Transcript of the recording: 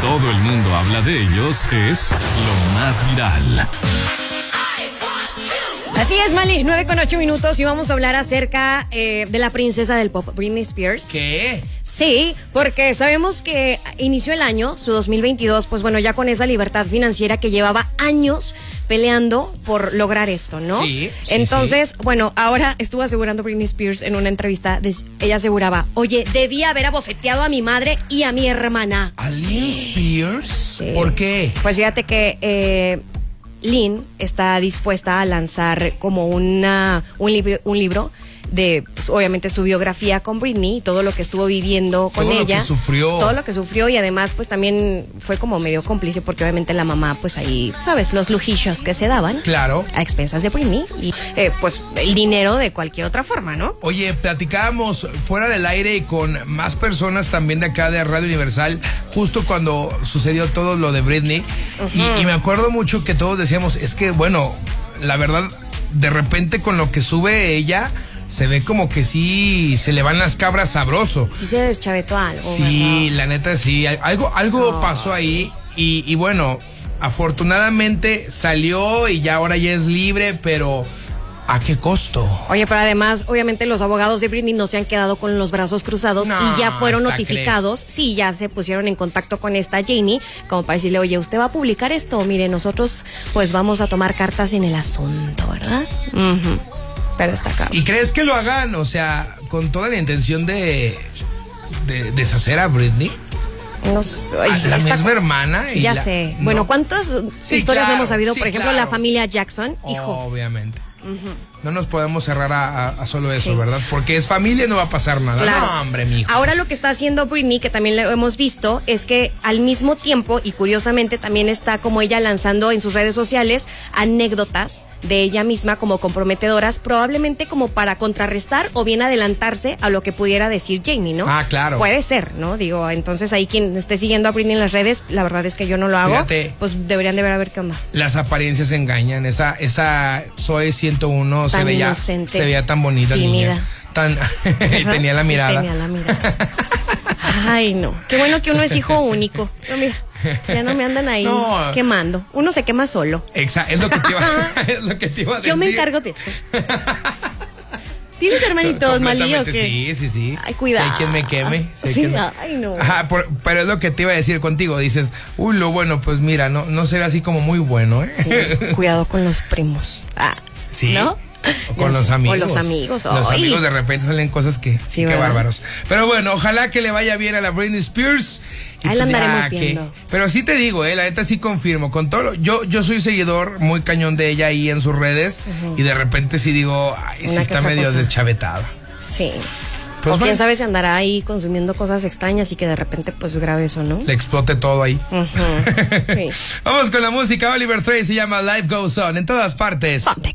todo el mundo habla de ellos es lo más viral. Así es, Mali, 9 con 8 minutos y vamos a hablar acerca eh, de la princesa del pop, Britney Spears. ¿Qué? Sí, porque sabemos que inició el año, su 2022, pues bueno, ya con esa libertad financiera que llevaba años peleando por lograr esto, ¿no? Sí, sí, Entonces, bueno, ahora estuvo asegurando Britney Spears en una entrevista, des- ella aseguraba, oye, debía haber abofeteado a mi madre y a mi hermana. ¿A Lynn Spears? ¿Por qué? Pues fíjate que eh, Lynn está dispuesta a lanzar como una un libro, un libro de pues, obviamente su biografía con Britney, todo lo que estuvo viviendo con Todo lo ella, que sufrió. todo lo que sufrió y además pues también fue como medio cómplice porque obviamente la mamá pues ahí, sabes, los lujillos que se daban Claro. a expensas de Britney y eh, pues el dinero de cualquier otra forma, ¿no? Oye, platicábamos fuera del aire y con más personas también de acá de Radio Universal, justo cuando sucedió todo lo de Britney. Y- y, me acuerdo mucho que todos decíamos, es que, bueno, la verdad, de repente con lo que sube ella, se ve como que sí se le van las cabras sabroso. Si se deschavetó algo. Sí, Oh, ¿verdad? la neta sí. Al- Algo, algo pasó ahí y, y bueno, afortunadamente salió y ya ahora ya es libre, pero ¿a qué costo? Oye, pero además, obviamente, los abogados de Britney no se han quedado con los brazos cruzados No, y ya fueron ¿hasta notificados. Sí, ya se pusieron en contacto con esta Jamie, como para decirle, oye, usted va a publicar esto. Mire, nosotros, pues, vamos a tomar cartas en el asunto, ¿verdad? Ujú. Pero está acá. ¿Y crees que lo hagan? O sea, con toda la intención de, de deshacer a Britney, No sé, ay, a Ah, la está- misma hermana. y Ya la- sé. no. Bueno, ¿cuántas Sí, historias no claro, hemos sabido? sí, Por ejemplo, la claro. Oh, familia Jackson, hijo. Obviamente. No nos podemos cerrar a, a- a solo eso, Sí. ¿verdad? Porque es familia y no va a pasar nada. Claro. Ah, No, hombre, mijo. Ahora lo que está haciendo Britney, que también lo hemos visto, es que al mismo tiempo, y curiosamente también está como ella lanzando en sus redes sociales anécdotas de ella misma como comprometedoras, probablemente como para contrarrestar o bien adelantarse a lo que pudiera decir Jamie, ¿no? Ah, claro. Puede ser, ¿no? Digo, entonces ahí quien esté siguiendo a Britney en las redes, la verdad es que yo no lo hago. Fíjate. Pues deberían de ver a ver qué onda. Las apariencias engañan. Esa, esa Zoe 101 se Tan veía, inocente. se veía tan bonita, Tímida. niña. Tan, y Ajá. tenía la Y mirada. Tenía la mirada. Ay, no. Qué bueno que uno es hijo único. No, mira, ya no me andan ahí No. quemando. Uno se quema solo. Exa- es lo que te iba, es lo que te iba a decir. Yo me encargo de eso. ¿Tienes hermanitos, Malí, o Completamente, qué? Sí, sí, sí. Ay, cuidado. Sé quien me queme. Sí, ah, sé quién me- ay, no. Ajá, por- pero es lo que te iba a decir contigo. Dices, uy, lo bueno, pues mira, no, no se ve así como muy bueno, ¿eh? Sí, cuidado con los primos. Ah, Sí. ¿No? O con Ya los sé. amigos. O los amigos. Los ay. amigos de repente salen cosas que, Sí, qué ¿verdad? bárbaros. Pero bueno, ojalá que le vaya bien a la Britney Spears. pues Ahí la andaremos que- viendo. Pero sí te digo, eh, la neta sí confirmo. Con todo, lo- yo, yo soy seguidor muy cañón de ella ahí en sus redes. Y de repente sí digo, ay, sí Una que está otra medio cosa. deschavetada. Sí. Pues o bueno. quién sabe si andará ahí consumiendo cosas extrañas y que de repente pues grave eso, ¿no? Le explote todo ahí. Ujú. Sí. Vamos con la música. Oliver Tree se llama Life Goes On en todas partes. Pontex.